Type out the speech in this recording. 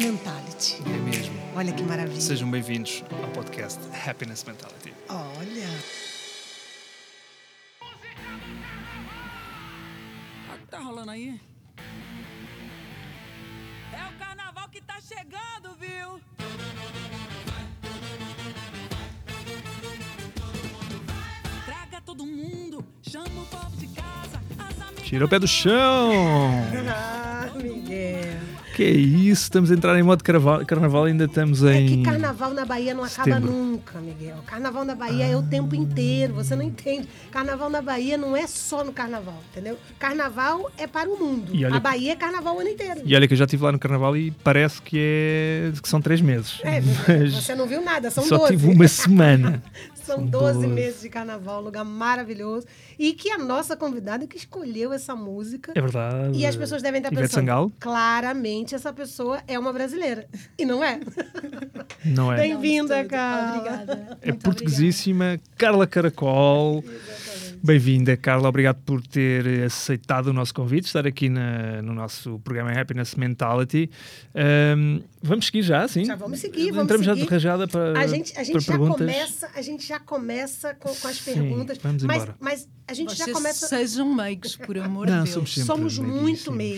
noite. É mesmo. Olha que maravilha. Sejam bem-vindos ao podcast Happiness Mentality. Olha. O que tá rolando aí? É o carnaval que tá chegando, viu? Traga todo mundo, chama o povo de casa. As amigas Tira o pé do chão! Ah, Miguel. Que é isso? Estamos a entrar em modo carnaval, carnaval ainda estamos É que em. carnaval na Bahia não acaba Setembro. nunca, Miguel. Carnaval na Bahia é o tempo inteiro, você não entende. Carnaval na Bahia não é só no carnaval, entendeu? Carnaval é para o mundo. E olha- A Bahia é carnaval o ano inteiro. E olha que eu já estive lá no carnaval e parece que, é... que são três meses. É, Miguel, Mas você não viu nada, são só 12. tive uma semana. São São 12, 12. meses de carnaval, um lugar maravilhoso. E que a nossa convidada que escolheu essa música. É verdade. E as pessoas devem estar Ivete pensando, Sangalo? claramente essa pessoa é uma brasileira. E não é. Não é? Bem-vinda, Não, de tudo. Carla. Obrigada. É Muito portuguesíssima Carla Caracol. Bem-vinda, Carla. Obrigado por ter aceitado o nosso convite, estar aqui na- no nosso programa Happiness Mentality. Ahm, vamos seguir já, sim? Eh, Já vamos seguir, vamos Entramos já de seguir. rajada para A gente, a gente para já Ah, perguntas. começa, a gente já começa com, com as Sim, perguntas. vamos mas, embora. mas a gente já Vocês começa. sejam meigos, por amor de Não, Deus. somos sempre Somos muito meiguíssimos.